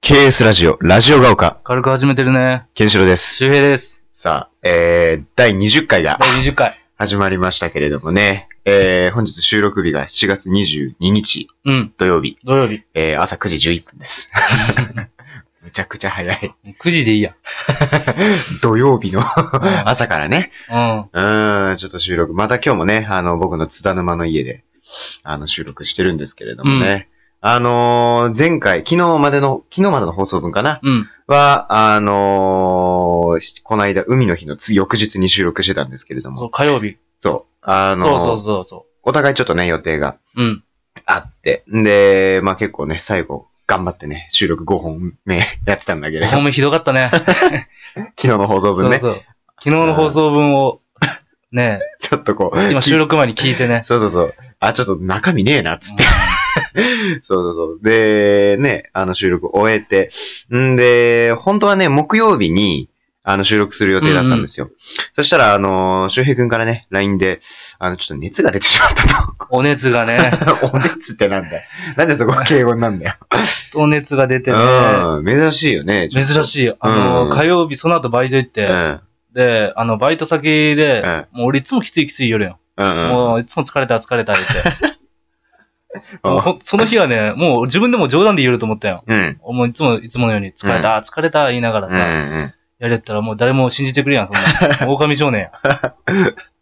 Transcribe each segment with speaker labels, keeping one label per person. Speaker 1: KS ラジオ、ラジオが丘、
Speaker 2: 軽く始めてるね。
Speaker 1: ケンシロウです。
Speaker 2: 周平です。
Speaker 1: さあ、えー、第20回が
Speaker 2: 第20回。
Speaker 1: 始まりましたけれどもね、えー、本日収録日が7月22日
Speaker 2: うん。
Speaker 1: 土曜日、
Speaker 2: 土曜日。
Speaker 1: えー、朝9時11分です。むちゃくちゃ早い。
Speaker 2: 9時でいいや。
Speaker 1: 土曜日の朝からね。
Speaker 2: うん。
Speaker 1: うーん、ちょっと収録。また今日もね、あの、僕の津田沼の家で、あの、収録してるんですけれどもね。あのー前回、昨日までの、昨日までの放送分かな
Speaker 2: うん。
Speaker 1: は、あのーこの間、海の日のつ翌日に収録してたんですけれど
Speaker 2: そう、
Speaker 1: も、
Speaker 2: 火曜日。
Speaker 1: そう、あのー
Speaker 2: そうそうそうそ
Speaker 1: お互いちょっとね、予定が
Speaker 2: う。うん。
Speaker 1: あって、んで、まあ結構ね、最後、頑張ってね、収録5本目やってたんだけれど、
Speaker 2: 本
Speaker 1: 昨
Speaker 2: 目ひどかったね。
Speaker 1: 日の放送
Speaker 2: そ
Speaker 1: 分
Speaker 2: う
Speaker 1: ね、
Speaker 2: そう。昨日の放送分を、ね、
Speaker 1: ちょっとこう、
Speaker 2: 今収録前に聞いてね。
Speaker 1: そうそうそう、あ、ちょっと中身ねえな、つって。そうそうそう。で、ね、あの収録終えて、んで、本当はね、木曜日に、あの、収録する予定だったんですよ。そしたら、あの、周平くんからね、LINE で、あの、ちょっと熱が出てしまっ
Speaker 2: お熱がね、
Speaker 1: たと。 お熱ってなんだよ。なんでそこが敬語になんだよ。
Speaker 2: お熱が出てね、
Speaker 1: うん、珍しいよね。
Speaker 2: 珍
Speaker 1: い。
Speaker 2: しい。あ
Speaker 1: う
Speaker 2: の、
Speaker 1: ん
Speaker 2: 火曜日、その後バイト行っ
Speaker 1: う
Speaker 2: て、
Speaker 1: ん。
Speaker 2: で、あの、バイト先で、
Speaker 1: うん
Speaker 2: もう俺いつもきついきつい夜やん。
Speaker 1: うん。うん
Speaker 2: もういつも疲れた疲れた 言って。もうほんその日はね、もう自分でも冗談で言えると思ったよ。
Speaker 1: うん。
Speaker 2: もういつも、いつものように、疲れた、疲れた、言いながら
Speaker 1: う
Speaker 2: さ、
Speaker 1: ん
Speaker 2: やれたらもう誰も信じてくれやん、そ んな。狼少年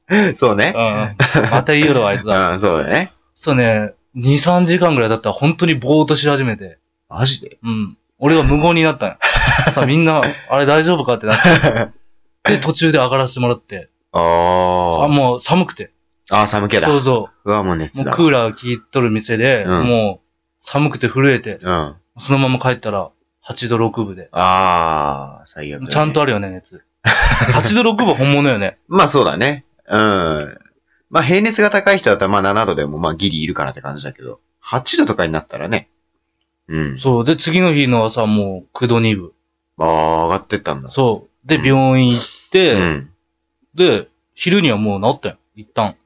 Speaker 1: うん。そうね。
Speaker 2: や。うん。また言うやろ、あいつは。
Speaker 1: うん、そうだね。
Speaker 2: そうね、2、3時間ぐらい経ったら本当にぼーっとし始めて、
Speaker 1: マジで
Speaker 2: うん。俺が無言に なったんよ。さ、みんな、あれ大丈夫かってなって、で、途中で上がらせてもらって、あ、
Speaker 1: あー。
Speaker 2: もう寒くて。
Speaker 1: あー、寒気だ。
Speaker 2: そうそう
Speaker 1: わ、もう熱
Speaker 2: う。もう
Speaker 1: だ。
Speaker 2: クーラー効いとる店で、
Speaker 1: うん
Speaker 2: もう寒くて震えて、
Speaker 1: うん。あ
Speaker 2: そのまま帰ったら、8度6分で。
Speaker 1: あー、最悪だね。
Speaker 2: ちゃんとあるよ ね、熱。8度6分本物よね。
Speaker 1: まあそうだね。うん。まあ平熱が高い人だったらまあ7度でもまあギリいるかなって感じだけど、8度とかになったらね。うん。
Speaker 2: そう。で、次の日の朝もう9度2分。
Speaker 1: ああ、上がってったんだ。
Speaker 2: そう。で、
Speaker 1: うん
Speaker 2: 病院行って、
Speaker 1: うん。
Speaker 2: で、昼にはもう治ったよ。一旦。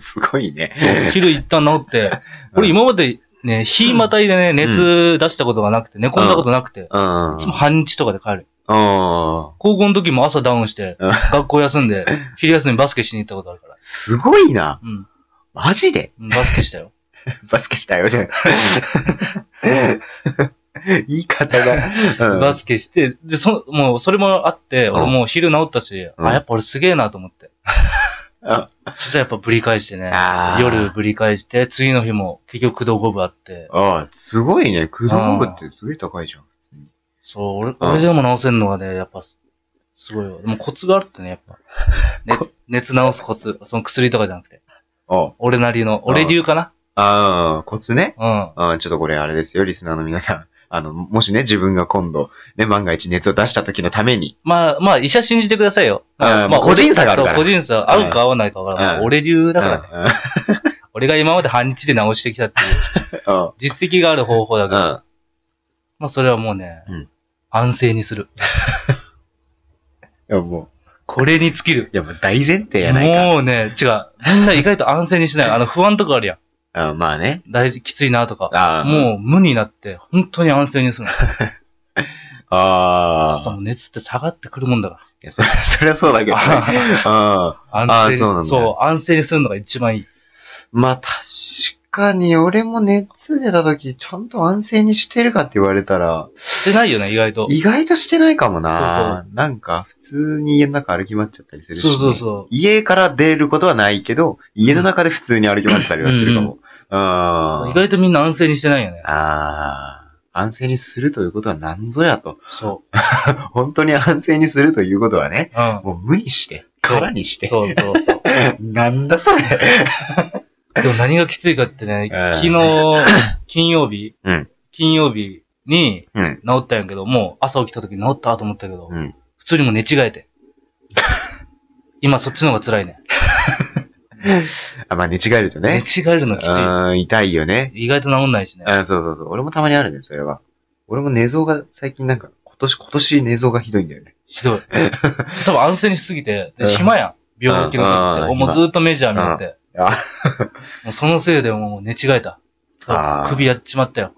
Speaker 1: すごい
Speaker 2: そう
Speaker 1: ね。
Speaker 2: 昼一旦 治って、俺今までね、日またいでね、熱出したことがなくて、寝込んだことなくて、
Speaker 1: うん。うん
Speaker 2: いつも半日とかで帰る。
Speaker 1: うん。
Speaker 2: 高校の時も朝ダウンして、
Speaker 1: うん
Speaker 2: 学校休んで、昼休みバスケしに行ったことあるから。
Speaker 1: すごいな。
Speaker 2: うん
Speaker 1: マジで
Speaker 2: うん。バスケしたよ。
Speaker 1: バスケしたよ、じゃない。言い方が。うん
Speaker 2: バスケして、で、そ、もうそれもあって、
Speaker 1: ん
Speaker 2: 俺もう昼治ったし、
Speaker 1: うん
Speaker 2: あ、やっぱ俺すげえなと思って。
Speaker 1: あ
Speaker 2: そしたらやっぱぶり返してね。
Speaker 1: あー
Speaker 2: 夜ぶり返して、次の日も結局9度5分あって、
Speaker 1: ああ、すごいね。クーラー部ってすごい高いじゃん。普通に
Speaker 2: そう、俺、俺でも直せんのがね、やっぱす、すごいわ。でもコツがあるってね、やっ ぱ。熱、熱直すコツ。その薬とかじゃなくて。
Speaker 1: あ
Speaker 2: 俺なりの、俺流かな
Speaker 1: ああ、コツね。
Speaker 2: うん。
Speaker 1: うん、ちょっとこれあれですよ、リスナーの皆さん。 あの、もしね、自分が今度、ね、万が一熱を出した時のために、
Speaker 2: まあ、まあ、医者信じてくださいよ。
Speaker 1: うん
Speaker 2: まあ
Speaker 1: まあ個人差があるから
Speaker 2: そう個人差、合うか合わないかは、
Speaker 1: うん
Speaker 2: 俺流だからね。
Speaker 1: ら、ね、
Speaker 2: 俺が今まで半日で直してきたっていう、
Speaker 1: うん、
Speaker 2: 実績がある方法だ
Speaker 1: う
Speaker 2: から。
Speaker 1: ん、
Speaker 2: まあ、それはもうね、
Speaker 1: うん
Speaker 2: 安静にする。
Speaker 1: いやも
Speaker 2: これに尽きる。
Speaker 1: う、いやもう大前提やないか。
Speaker 2: もうね、違う。みんな意外と安静に しない。あの、不安とかあるやん。
Speaker 1: あまあね。
Speaker 2: 大事、きついなとか。
Speaker 1: ああ、う。
Speaker 2: もう無になって、本当に安静にするの。
Speaker 1: あ
Speaker 2: そ
Speaker 1: あ
Speaker 2: の。熱って下がってくるもんだか
Speaker 1: いやそ そりゃそうだけどね。うん。
Speaker 2: ら。安
Speaker 1: あ
Speaker 2: 静
Speaker 1: ーそうなんだ
Speaker 2: そう、安静にするのが一番いい。
Speaker 1: まあ確かに、俺も熱出た時、ちゃんと安静にしてるかって言われたら、
Speaker 2: してないよね、意外と。
Speaker 1: 意外としてないかもな。なんか、普通に家の中歩き回っちゃったりするし、
Speaker 2: そうそうそ
Speaker 1: 家から出ることはないけど、家の中で普通に歩き回ってたりはするかも。
Speaker 2: う。
Speaker 1: あ
Speaker 2: 意外とみんな安静にしてないよね。
Speaker 1: あー、安静にするということは何ぞやと。
Speaker 2: そ
Speaker 1: 本当に安静にするということはね、
Speaker 2: う。うん。
Speaker 1: もう無にして、
Speaker 2: そう
Speaker 1: 空にして。
Speaker 2: そうそうそう。
Speaker 1: なんだそれ。
Speaker 2: でも何がきついかってね、
Speaker 1: うん
Speaker 2: 昨日、金曜日
Speaker 1: うん、
Speaker 2: 金曜日に
Speaker 1: うん。
Speaker 2: 治ったんやけど、もう朝起きた時治ったと思ったけど
Speaker 1: う、ん。
Speaker 2: 普通にもう寝違えて。 今そっちの方が辛いね。
Speaker 1: あ、まあ寝違えると
Speaker 2: 寝
Speaker 1: ね。
Speaker 2: 違えるのきつ
Speaker 1: うん、痛いよね。
Speaker 2: い。意外と治んないしね。
Speaker 1: うん、そうそうそう。俺もたまにあるね、それは。俺も寝相が、最近なんか、今年、今年寝相がひどいんだよね。
Speaker 2: ひどい。多分安静にしすぎて、
Speaker 1: う
Speaker 2: で
Speaker 1: ん
Speaker 2: 暇やん。病気の時っ
Speaker 1: うん
Speaker 2: て。
Speaker 1: うん
Speaker 2: もうずっとメジャー見れて。
Speaker 1: あ
Speaker 2: もうそのせいでもう寝違えた。
Speaker 1: あー
Speaker 2: 首やっちまったよ。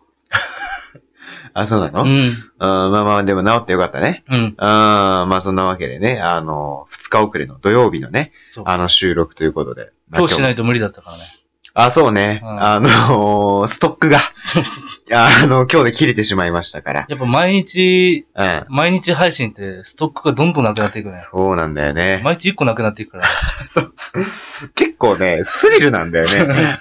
Speaker 1: あ、そうなの、
Speaker 2: う
Speaker 1: うん、
Speaker 2: ん。
Speaker 1: まあまあ、でも治ってよかったね。
Speaker 2: うん。
Speaker 1: うん、まあそんなわけでね、あの、二日遅れの土曜日のね、
Speaker 2: そう。
Speaker 1: あの収録ということで。。
Speaker 2: 今日しないいと無理だったからね。
Speaker 1: あ、そうね。
Speaker 2: うん
Speaker 1: あのーストックが、あの、今日で切れてしまいましたから。
Speaker 2: やっぱ毎日、
Speaker 1: うん。
Speaker 2: 毎日配信ってストックがどんどんなくなっていくね。
Speaker 1: そうなんだよね。
Speaker 2: 毎日一個なくなっていくから。
Speaker 1: 結構ね、スリルなんだよね。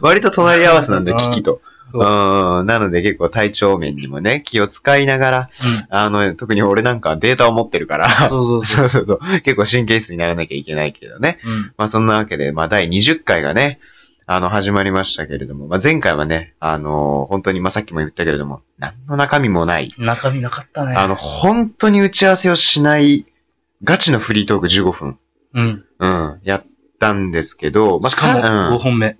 Speaker 1: 割と隣り合わせなんだよ、
Speaker 2: うん
Speaker 1: 危機と。
Speaker 2: そう。
Speaker 1: うん。なので結構体調面にもね、気を使いながら、
Speaker 2: うん
Speaker 1: あの、特に俺なんかはデータを持ってるから、
Speaker 2: そうそうそ
Speaker 1: そうそうそう。結構神経質にならなきゃいけないけどね。
Speaker 2: う。うん。
Speaker 1: まあそんなわけで、まあ第20回がね、あの、始まりましたけれども、まあ前回はね、あのー本当に、まあさっきも言ったけれども、何の中身もない、
Speaker 2: 中身なかったね。
Speaker 1: あの、本当に打ち合わせをしない、ガチのフリートーク15分、
Speaker 2: うん。
Speaker 1: うん、やったんですけど、まあ、
Speaker 2: しか
Speaker 1: さう
Speaker 2: も、5
Speaker 1: ん、
Speaker 2: 本目。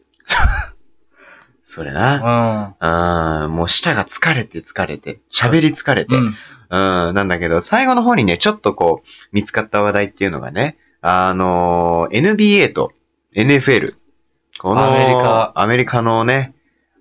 Speaker 1: それ
Speaker 2: う
Speaker 1: な、
Speaker 2: ん。
Speaker 1: あーもう舌が疲れて疲れて、喋り疲れて、
Speaker 2: うん。
Speaker 1: うん、なんだけど、最後の方にね、ちょっとこう、見つかった話題っていうのがね、あのー NBA と NFL。この、
Speaker 2: アメリカ。
Speaker 1: アメリカのね、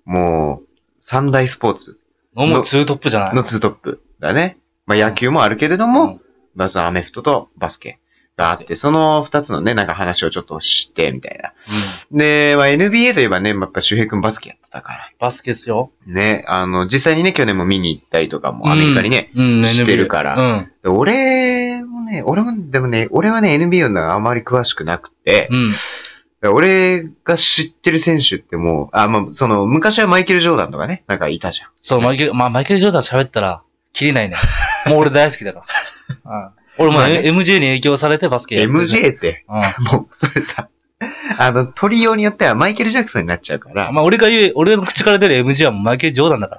Speaker 1: もう、三大スポーツ
Speaker 2: のもツートップじゃない
Speaker 1: のツートップだね。まあ野球もあるけれども、まずアメフトとバスケがあっ
Speaker 2: バス
Speaker 1: て、その二つのね、なんか話をちょっと知って、みたいな。
Speaker 2: うんうん
Speaker 1: で、まあ NBA といえばね、まあやっぱ周平くんバスケやってたから。
Speaker 2: バスケですよ。
Speaker 1: ね、あの、実際にね、去年も見に行ったりとかも、アメリカにね、
Speaker 2: うん、
Speaker 1: 知ってる
Speaker 2: NBA
Speaker 1: から
Speaker 2: うん。
Speaker 1: で俺もね、俺も、でもね、俺はね、NBA のあまり詳しくなくて、
Speaker 2: うん。
Speaker 1: 俺が知ってる選手ってもう、あ、まあ、その、昔はマイケル・ジョーダンとかね、なんかいたじゃん。
Speaker 2: そう、マイケル、まあ、マイケル・ジョーダン喋ったら、切れないね。もう俺大好きだから。うん。俺も
Speaker 1: まあね
Speaker 2: M- MJ に影響されてバスケやってるね
Speaker 1: MJ って、
Speaker 2: うん。
Speaker 1: もう、それさ、あの、取りようによってはマイケル・ジャクソンになっちゃうから、
Speaker 2: まあ、俺が言う、俺の口から出る MJ はもうマイケル・ジョーダンだか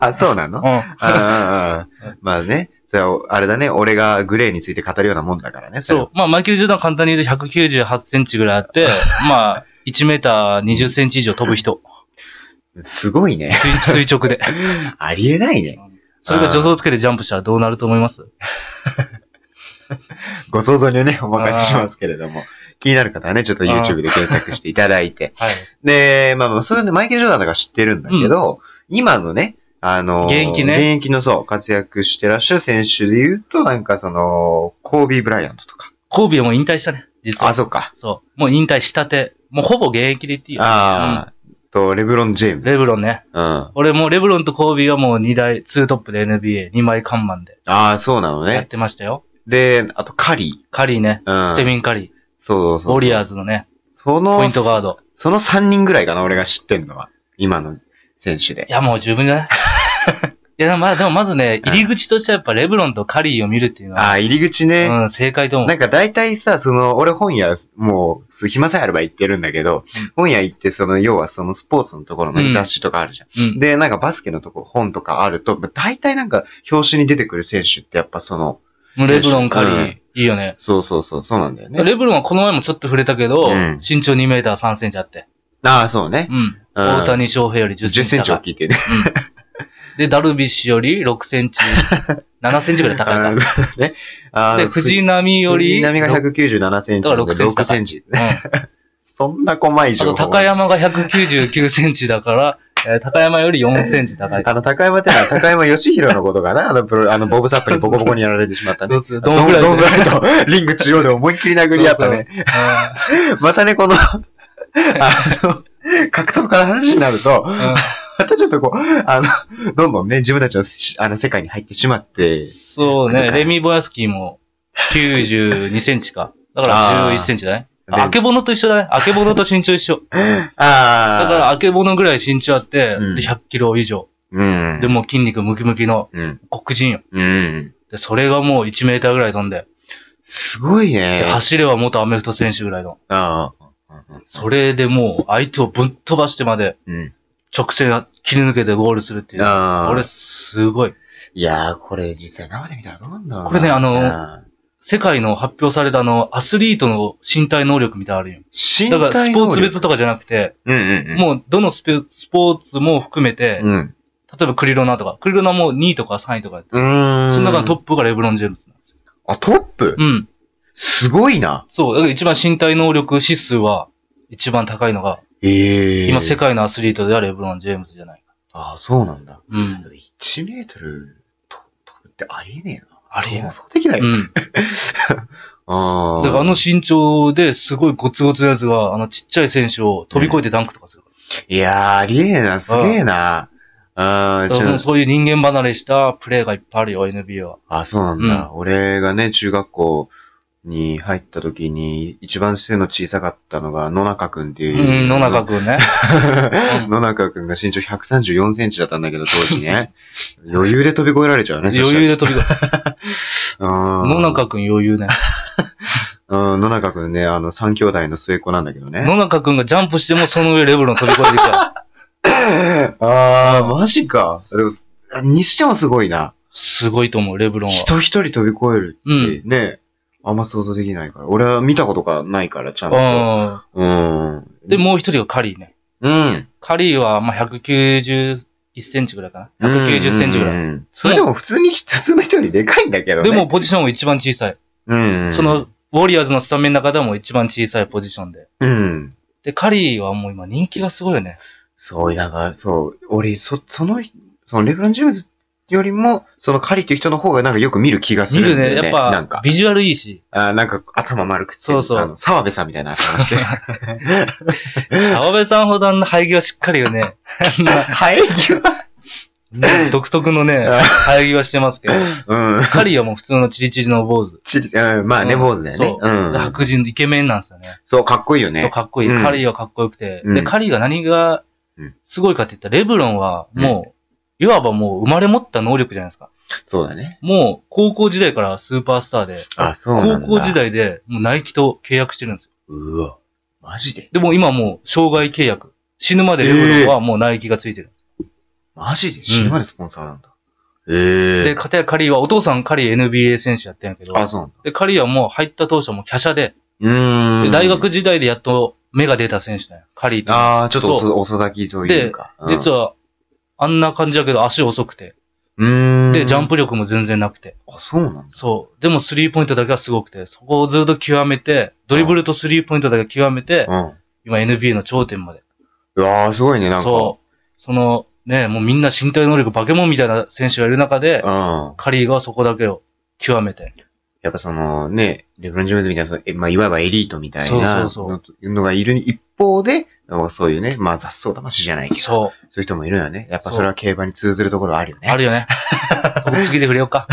Speaker 1: あ、そうなの
Speaker 2: ら。
Speaker 1: ああああまあね、それはあれだね、俺がグレーについて語るようなもんだからね、
Speaker 2: うん。そう。まあ、マイケル・ジョーダンは簡単に言うと198センチぐらいあ って、まあ、1メーター20センチ以上飛ぶ人。
Speaker 1: う。すごいね。
Speaker 2: 垂垂直で。
Speaker 1: ありえないね。
Speaker 2: それが助走つけてジャンプしたらどうなると思います
Speaker 1: ご想像にね、お任せしますけれども。気になる方はね、ちょっと YouTube で検索していただいて、
Speaker 2: はい。
Speaker 1: で、まあまあ、それでマイケル・ジョーダンとか知ってるんだけど、今のね、あのー、
Speaker 2: 現役ね
Speaker 1: 現役のそう、活躍してらっしゃる選手で言うと、なんかその、コービー・ブライアントとか。
Speaker 2: コービーはもう引退したね、実
Speaker 1: あ、
Speaker 2: は。
Speaker 1: そっか。
Speaker 2: そう。もう引退したて。もうほぼ現役で言っていいよ。
Speaker 1: ああ、と、レブロン・ジェームズ。
Speaker 2: レブロンね。
Speaker 1: うん。あ
Speaker 2: 俺もうレブロンとコービーはもう2台、2トップで NBA2 枚看板で
Speaker 1: あ、そうなの
Speaker 2: やっ
Speaker 1: ね。
Speaker 2: てましたよ。
Speaker 1: で、あと、カリ
Speaker 2: カリーね。
Speaker 1: ー。うん。
Speaker 2: ステミン・カリ
Speaker 1: そうそう
Speaker 2: ー。
Speaker 1: そう。
Speaker 2: ウォリアー
Speaker 1: ズ。
Speaker 2: ズのね、
Speaker 1: その、
Speaker 2: ポイントガード。
Speaker 1: その3人ぐらいかな、俺が知ってんのは。今の選手で
Speaker 2: い。や、もう十分じ ゃないいや、まあでもまずね、入り口としてはやっぱレブロンとカリーを見るっていうの
Speaker 1: あ
Speaker 2: は、
Speaker 1: あ、入り口ね。
Speaker 2: うん、正解と思う
Speaker 1: な。んか大体さ、その、俺本屋、もう、暇さえあれば行ってるんだけど、本屋行って、その、要はそのスポーツのところ
Speaker 2: う
Speaker 1: の
Speaker 2: ん
Speaker 1: 雑誌とかあるじゃん。
Speaker 2: うん。
Speaker 1: で、なんかバスケのとこ、本とかあると、大体なんか、表紙に出てくる選手ってやっぱその、
Speaker 2: もうレブロン、カリ
Speaker 1: う
Speaker 2: ー
Speaker 1: ん、
Speaker 2: いいよね。
Speaker 1: そうそうそう、そうなんだよね。
Speaker 2: レブロンはこの前もちょっと触れたけど、
Speaker 1: うん
Speaker 2: 身長2メーター3センチあって。
Speaker 1: ああ、そうね
Speaker 2: う。ん。
Speaker 1: うん
Speaker 2: 大谷翔平より10
Speaker 1: 10
Speaker 2: セ
Speaker 1: セ
Speaker 2: ン
Speaker 1: ン
Speaker 2: チ
Speaker 1: チ大
Speaker 2: 高い。
Speaker 1: きいってね。
Speaker 2: で、ダルビッシュより6セ ンチ、7センチぐらい高いか
Speaker 1: ね。
Speaker 2: ら。
Speaker 1: あ
Speaker 2: で、
Speaker 1: ー
Speaker 2: 藤波より、
Speaker 1: 藤波が
Speaker 2: ろく
Speaker 1: 197センチなんで、
Speaker 2: だから6
Speaker 1: 6
Speaker 2: セ
Speaker 1: セ
Speaker 2: ン
Speaker 1: ンチ。
Speaker 2: うんあ
Speaker 1: そんな細い情報
Speaker 2: と、高。山が199センチだから、えー高山より4センチ高い。
Speaker 1: あの、高山ってのは、高山義弘のことかなあの、プロ、あの、ボブサップにボコボコにやられてしまったね
Speaker 2: どう。する
Speaker 1: ド
Speaker 2: ど
Speaker 1: ン
Speaker 2: ん
Speaker 1: ブ
Speaker 2: ぐらいで
Speaker 1: ライト、リング中央で思いっきり殴り合ったね。またね、この、あの、格闘家の話になると、
Speaker 2: うんうん
Speaker 1: またちょっとこう、あの、どんどんね、自分たちのしあの世界に入ってしまって、
Speaker 2: そう
Speaker 1: な
Speaker 2: ね、
Speaker 1: んか
Speaker 2: レミー・ボヤスキーも92センチか。だか
Speaker 1: あ
Speaker 2: ら
Speaker 1: ー
Speaker 2: 11センチだね。
Speaker 1: で
Speaker 2: あけぼのと一緒だね。あけぼのと身長一緒。だか
Speaker 1: あ
Speaker 2: ら、あけぼのぐらい身長あって、
Speaker 1: うん
Speaker 2: で100キロ以上。
Speaker 1: ー、うん。
Speaker 2: で、もう筋肉ムキムキの
Speaker 1: うん。
Speaker 2: 黒人よ。
Speaker 1: うん。
Speaker 2: で、それがもう1メーターぐらい飛んで、
Speaker 1: すごいね
Speaker 2: で。走れは元アメフト選手ぐらいの。
Speaker 1: あ
Speaker 2: それでもう相手をぶん飛ばしてまで
Speaker 1: ーうん。
Speaker 2: 直線切り抜けてゴールするっていう。
Speaker 1: あー
Speaker 2: 俺、すごい。
Speaker 1: いやー、これ実際生で見たらどうなんだろうな
Speaker 2: これねあの
Speaker 1: うん
Speaker 2: 世界の発表されたあの、アスリートの身体能力みたいなのあるよ。
Speaker 1: 身体
Speaker 2: だ
Speaker 1: 能
Speaker 2: か
Speaker 1: 力
Speaker 2: らスポーツ別とかじゃなくて、
Speaker 1: うんうんうん。
Speaker 2: もうどのスペスポーツも含めて、
Speaker 1: うん。う
Speaker 2: 例えばクリロナとか、クリロナも2位とか3位とか、
Speaker 1: ーん。
Speaker 2: その中のトップがレブロン・ジェームズなんですよ。
Speaker 1: あ、トップ
Speaker 2: うん。
Speaker 1: すごいな。
Speaker 2: そう。だから一番身体能力指数は一番高いのが、
Speaker 1: ええ
Speaker 2: 今世界のアスリートではレブロン・ジェームズじゃないか。
Speaker 1: ああ、そうなんだ。
Speaker 2: うん。
Speaker 1: 1メートルと飛ぶってありえねえな。
Speaker 2: ありえない
Speaker 1: 想像できないうよ。
Speaker 2: ん。
Speaker 1: ああ。
Speaker 2: だからあの身長ですごいゴツゴツのやつが、あのちっちゃい選手を飛び越えてダンクとかするか
Speaker 1: いやー、ありえねえな。すげえな。あー
Speaker 2: ら。だ
Speaker 1: ち
Speaker 2: からも
Speaker 1: ょ
Speaker 2: うそういう人間離れしたプレーがいっぱいあるよ、NBA は。
Speaker 1: あ、そうなんだ。俺がね、中学校に入った時に、一番背の小さかったのが野中くんって
Speaker 2: う
Speaker 1: いう。
Speaker 2: ん、野 中くんね。うん
Speaker 1: 野中くんが身長134センチだったんだけど、当時 ね。余裕で飛び越えられちゃうね。
Speaker 2: 余裕
Speaker 1: で。
Speaker 2: で飛び越え。野
Speaker 1: 野。
Speaker 2: 中くん余裕ね。
Speaker 1: うん、野中くんね、あの、三兄弟の末っ子なんだけどね。
Speaker 2: 野中くんがジャンプしてもその上レブロン飛び越えていく から。
Speaker 1: あー、マジか。でも、にしてもすごいな。
Speaker 2: すごいと思う、レブロンは。
Speaker 1: 人一人飛び越える
Speaker 2: う
Speaker 1: って
Speaker 2: ん。
Speaker 1: ね、あんま想像できないから。俺は見たことがないから、ちゃんと。
Speaker 2: あ
Speaker 1: うん。
Speaker 2: ーで、もう一人がカリーね。
Speaker 1: うん。
Speaker 2: カリーはまあ191センチぐらいかな。190センチぐらい。
Speaker 1: い。それでも普通に、 普通の人よりでかいんだけどね。
Speaker 2: でも、ポジションは一番小さい。
Speaker 1: うん。
Speaker 2: その、ウ、ォリアーズのスタメンの中でも一番小さいポジションで。
Speaker 1: うん。
Speaker 2: で、カリーはもう今人気がすごいよね。
Speaker 1: そう、だから、そう、俺、そ、その、そのレブロン・ジェームズよりも、そのカリっていう人の方がなんかよく見る気がす
Speaker 2: 見
Speaker 1: る
Speaker 2: る
Speaker 1: んだ
Speaker 2: ね、
Speaker 1: よ
Speaker 2: やっ
Speaker 1: なん
Speaker 2: ぱ
Speaker 1: か、、
Speaker 2: ビジュアルい いし。
Speaker 1: あなんか頭丸くて、
Speaker 2: そうそう
Speaker 1: あの澤部さんみたいな頭して。
Speaker 2: 川辺さんほどあんな生え際しっかりよね。あんな
Speaker 1: はい、は。
Speaker 2: ね 独特のね、生え際してますけど。
Speaker 1: うん。
Speaker 2: カリーはもう普通のチリチリの坊主。
Speaker 1: ちり、うん、まあね、
Speaker 2: うん
Speaker 1: 坊主だよね
Speaker 2: そ。う
Speaker 1: うん。
Speaker 2: 白人のイケメンなんですよね。
Speaker 1: そう、かっこいいよ
Speaker 2: そう、
Speaker 1: ね。
Speaker 2: かっこいい。
Speaker 1: うん
Speaker 2: カリーはかっこよくて。
Speaker 1: う
Speaker 2: で、
Speaker 1: ん
Speaker 2: カリーが何が
Speaker 1: うん
Speaker 2: すごいかって言ったら、レブロンはもう、いわばもう生まれ持った能力じゃないですか。
Speaker 1: そうだね。
Speaker 2: もう、高校時代からスーパースターで、
Speaker 1: あ、そうな
Speaker 2: 高
Speaker 1: んだ。
Speaker 2: 校時。代でもうナイキと契約してるんですよ。
Speaker 1: うわ、マジで
Speaker 2: でも今もう、障害契約。死ぬまでレブロンはもうナイキがついてる。
Speaker 1: マジで死ぬまでスポンサーなんだ。え
Speaker 2: で、
Speaker 1: え。
Speaker 2: 片やカリーは、お父さんカリー NBA 選手やったんやけど、
Speaker 1: あ、そうなんだ。
Speaker 2: で、カリーはもう入った当初もう華奢で、
Speaker 1: うー
Speaker 2: で
Speaker 1: ん。
Speaker 2: 大学時代でやっと芽が出た選手だよ。カリーって。
Speaker 1: ああ、ちょっと
Speaker 2: そ
Speaker 1: 遅遅咲きというか。
Speaker 2: 実
Speaker 1: は。
Speaker 2: は、あんな感じだけど足遅くて。
Speaker 1: うーん。
Speaker 2: で、ジャン
Speaker 1: プ。
Speaker 2: プ力も全然なくて。
Speaker 1: あ、そうなんだ。
Speaker 2: そう。でも、スリーポイントだけはすごくて、そこをずっと極めて、ドリブルとスリーポイントだけ極めて、
Speaker 1: うん。
Speaker 2: 今 NBA の頂点まで。
Speaker 1: うわあ、すごいね、なんか。
Speaker 2: そう。その、ね、もうみんな身体能力化け物みたいな選手がいる中で
Speaker 1: う、ん。
Speaker 2: カリーがそこだけを極めて。
Speaker 1: やっぱそのね、レブロン・ジェームズみたいなその、えまあ、いわばエリートみたいな
Speaker 2: そうそう
Speaker 1: のがいる一方で、まあそういうね、まあ雑草魂じゃないけど、そう
Speaker 2: そ
Speaker 1: いう人もいるよね。やっぱそれは競馬に通ずるところはあるよ
Speaker 2: う。
Speaker 1: ね。
Speaker 2: あるよね。そこ次で触れようか。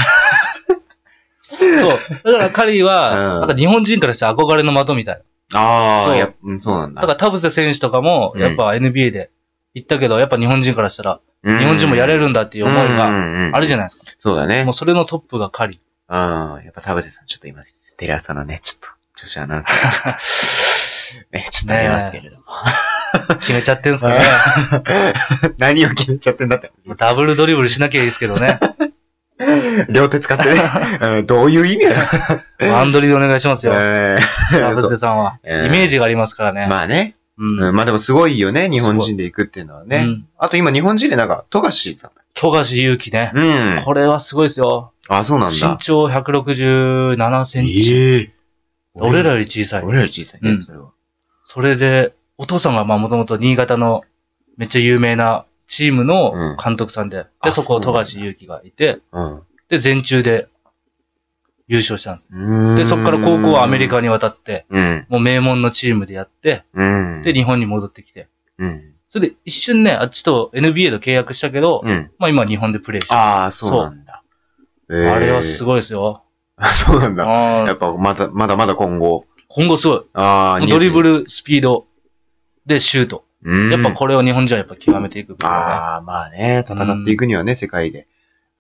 Speaker 2: そう。だからカリー
Speaker 1: うん
Speaker 2: は、なんか日本人からして憧れの的みたい。
Speaker 1: あ
Speaker 2: そ
Speaker 1: あ、
Speaker 2: う
Speaker 1: やっぱうんそうなんだ。
Speaker 2: だから田臥選手とかも、やっぱ NBA で行ったけど、やっぱ日本人からしたら、
Speaker 1: うん
Speaker 2: 日本人もやれるんだっていう思いがあるじゃ
Speaker 1: ない
Speaker 2: ないですか。
Speaker 1: そうだね
Speaker 2: もう。それのトップがカリー。
Speaker 1: うん。やっぱ田臥さん、ちょっと今、テレ朝のね、ちょっと、女子アナウン サーがちょっと、ね、ちょっとありますけれども。
Speaker 2: 決めちゃってんすかね。
Speaker 1: 何を決めちゃってんだって。
Speaker 2: ダブルドリブルしなきゃいいですけどね。
Speaker 1: 両手使 ってね。うんどういう意味やろ
Speaker 2: アンドリーでお願い しますよ。
Speaker 1: えー
Speaker 2: 田臥さんは。イ
Speaker 1: えー
Speaker 2: メージがありますからね。
Speaker 1: まあね。
Speaker 2: うん。
Speaker 1: うんまあでもすごいよね、日本人で行くっていうのは
Speaker 2: う
Speaker 1: ね。
Speaker 2: ん。
Speaker 1: あと今日本人でなんか、富樫さん。
Speaker 2: 富樫勇樹ね。
Speaker 1: うん。
Speaker 2: これはすごいですよ。
Speaker 1: あ、そうなん
Speaker 2: 身
Speaker 1: だ。
Speaker 2: 長167センチ。
Speaker 1: ええ。
Speaker 2: 俺らより小さい。
Speaker 1: 俺らより小さいね
Speaker 2: うん、
Speaker 1: それは。
Speaker 2: それで、お父さんがまあもともと新潟のめっちゃ有名なチームの監督さんで、
Speaker 1: あ
Speaker 2: で、そこ
Speaker 1: そ
Speaker 2: を
Speaker 1: う
Speaker 2: 富
Speaker 1: なんだ
Speaker 2: 樫勇樹がいて、
Speaker 1: うん
Speaker 2: で、全中で優勝したんです。
Speaker 1: うーん。
Speaker 2: で、そこから高校はアメリ。カに渡って、
Speaker 1: うん。
Speaker 2: もう名門のチームでやって、
Speaker 1: うん。
Speaker 2: で、日本に戻ってきて。
Speaker 1: うん。
Speaker 2: それで、一瞬ね、あっちと NBA と契約したけど、
Speaker 1: うん。
Speaker 2: まあ今日本でプレーしてる。
Speaker 1: ああ、そうなんだ。
Speaker 2: あれはす
Speaker 1: ごい。
Speaker 2: ごいですよ。
Speaker 1: あそうなんだ。
Speaker 2: あ
Speaker 1: や
Speaker 2: ー
Speaker 1: っぱ、まだ、まだまだ今後。
Speaker 2: 今後すごい。
Speaker 1: ああ、
Speaker 2: ドリブ
Speaker 1: ル。
Speaker 2: ル、スピード、で、シュート。
Speaker 1: うん
Speaker 2: やっぱこれを日本人はやっぱ極めていくべきだね、
Speaker 1: ああ、まあね、戦っていくにはね、世界で。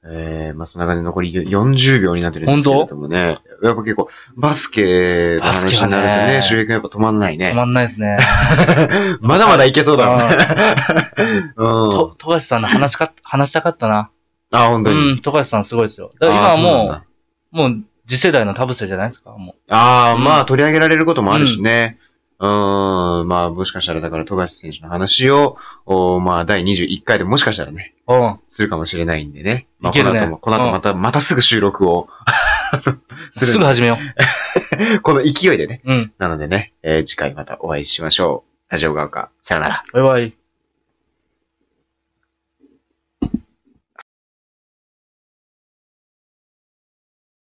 Speaker 1: ええまあそんな感じで残り40秒になってるんですけれどもね。やっぱ結構、バスケの話になると
Speaker 2: バスケは
Speaker 1: ね、
Speaker 2: ね
Speaker 1: 収益がやっぱ止まんない
Speaker 2: 止
Speaker 1: ね。
Speaker 2: まんないですね。
Speaker 1: まだまだいけ そうだもんね。うん。
Speaker 2: と、富樫さんの話か、 話したかったな。
Speaker 1: あ、本
Speaker 2: う
Speaker 1: 当に。
Speaker 2: ん、富樫さんすごいですよ。だから
Speaker 1: あー
Speaker 2: 今
Speaker 1: そうなん
Speaker 2: は
Speaker 1: だ
Speaker 2: もう、もう、次世代の田臥じゃないですか、も
Speaker 1: ああ、
Speaker 2: うん
Speaker 1: まあ取り上げられることもあるしね。うん、まあもしかしたらだから富樫選手の話を、おまあ第21回でもしかしたらね、
Speaker 2: う。うん。
Speaker 1: するかもしれないんでね。まあ
Speaker 2: いけるね
Speaker 1: この後も、この後また、またすぐ収録を。 す
Speaker 2: す
Speaker 1: る
Speaker 2: ぐ始めよ
Speaker 1: この勢いでね。
Speaker 2: う。うん。
Speaker 1: なのでね、えー次回またお会いしましょう。ラジオ側か。さよなら。
Speaker 2: バイバイ。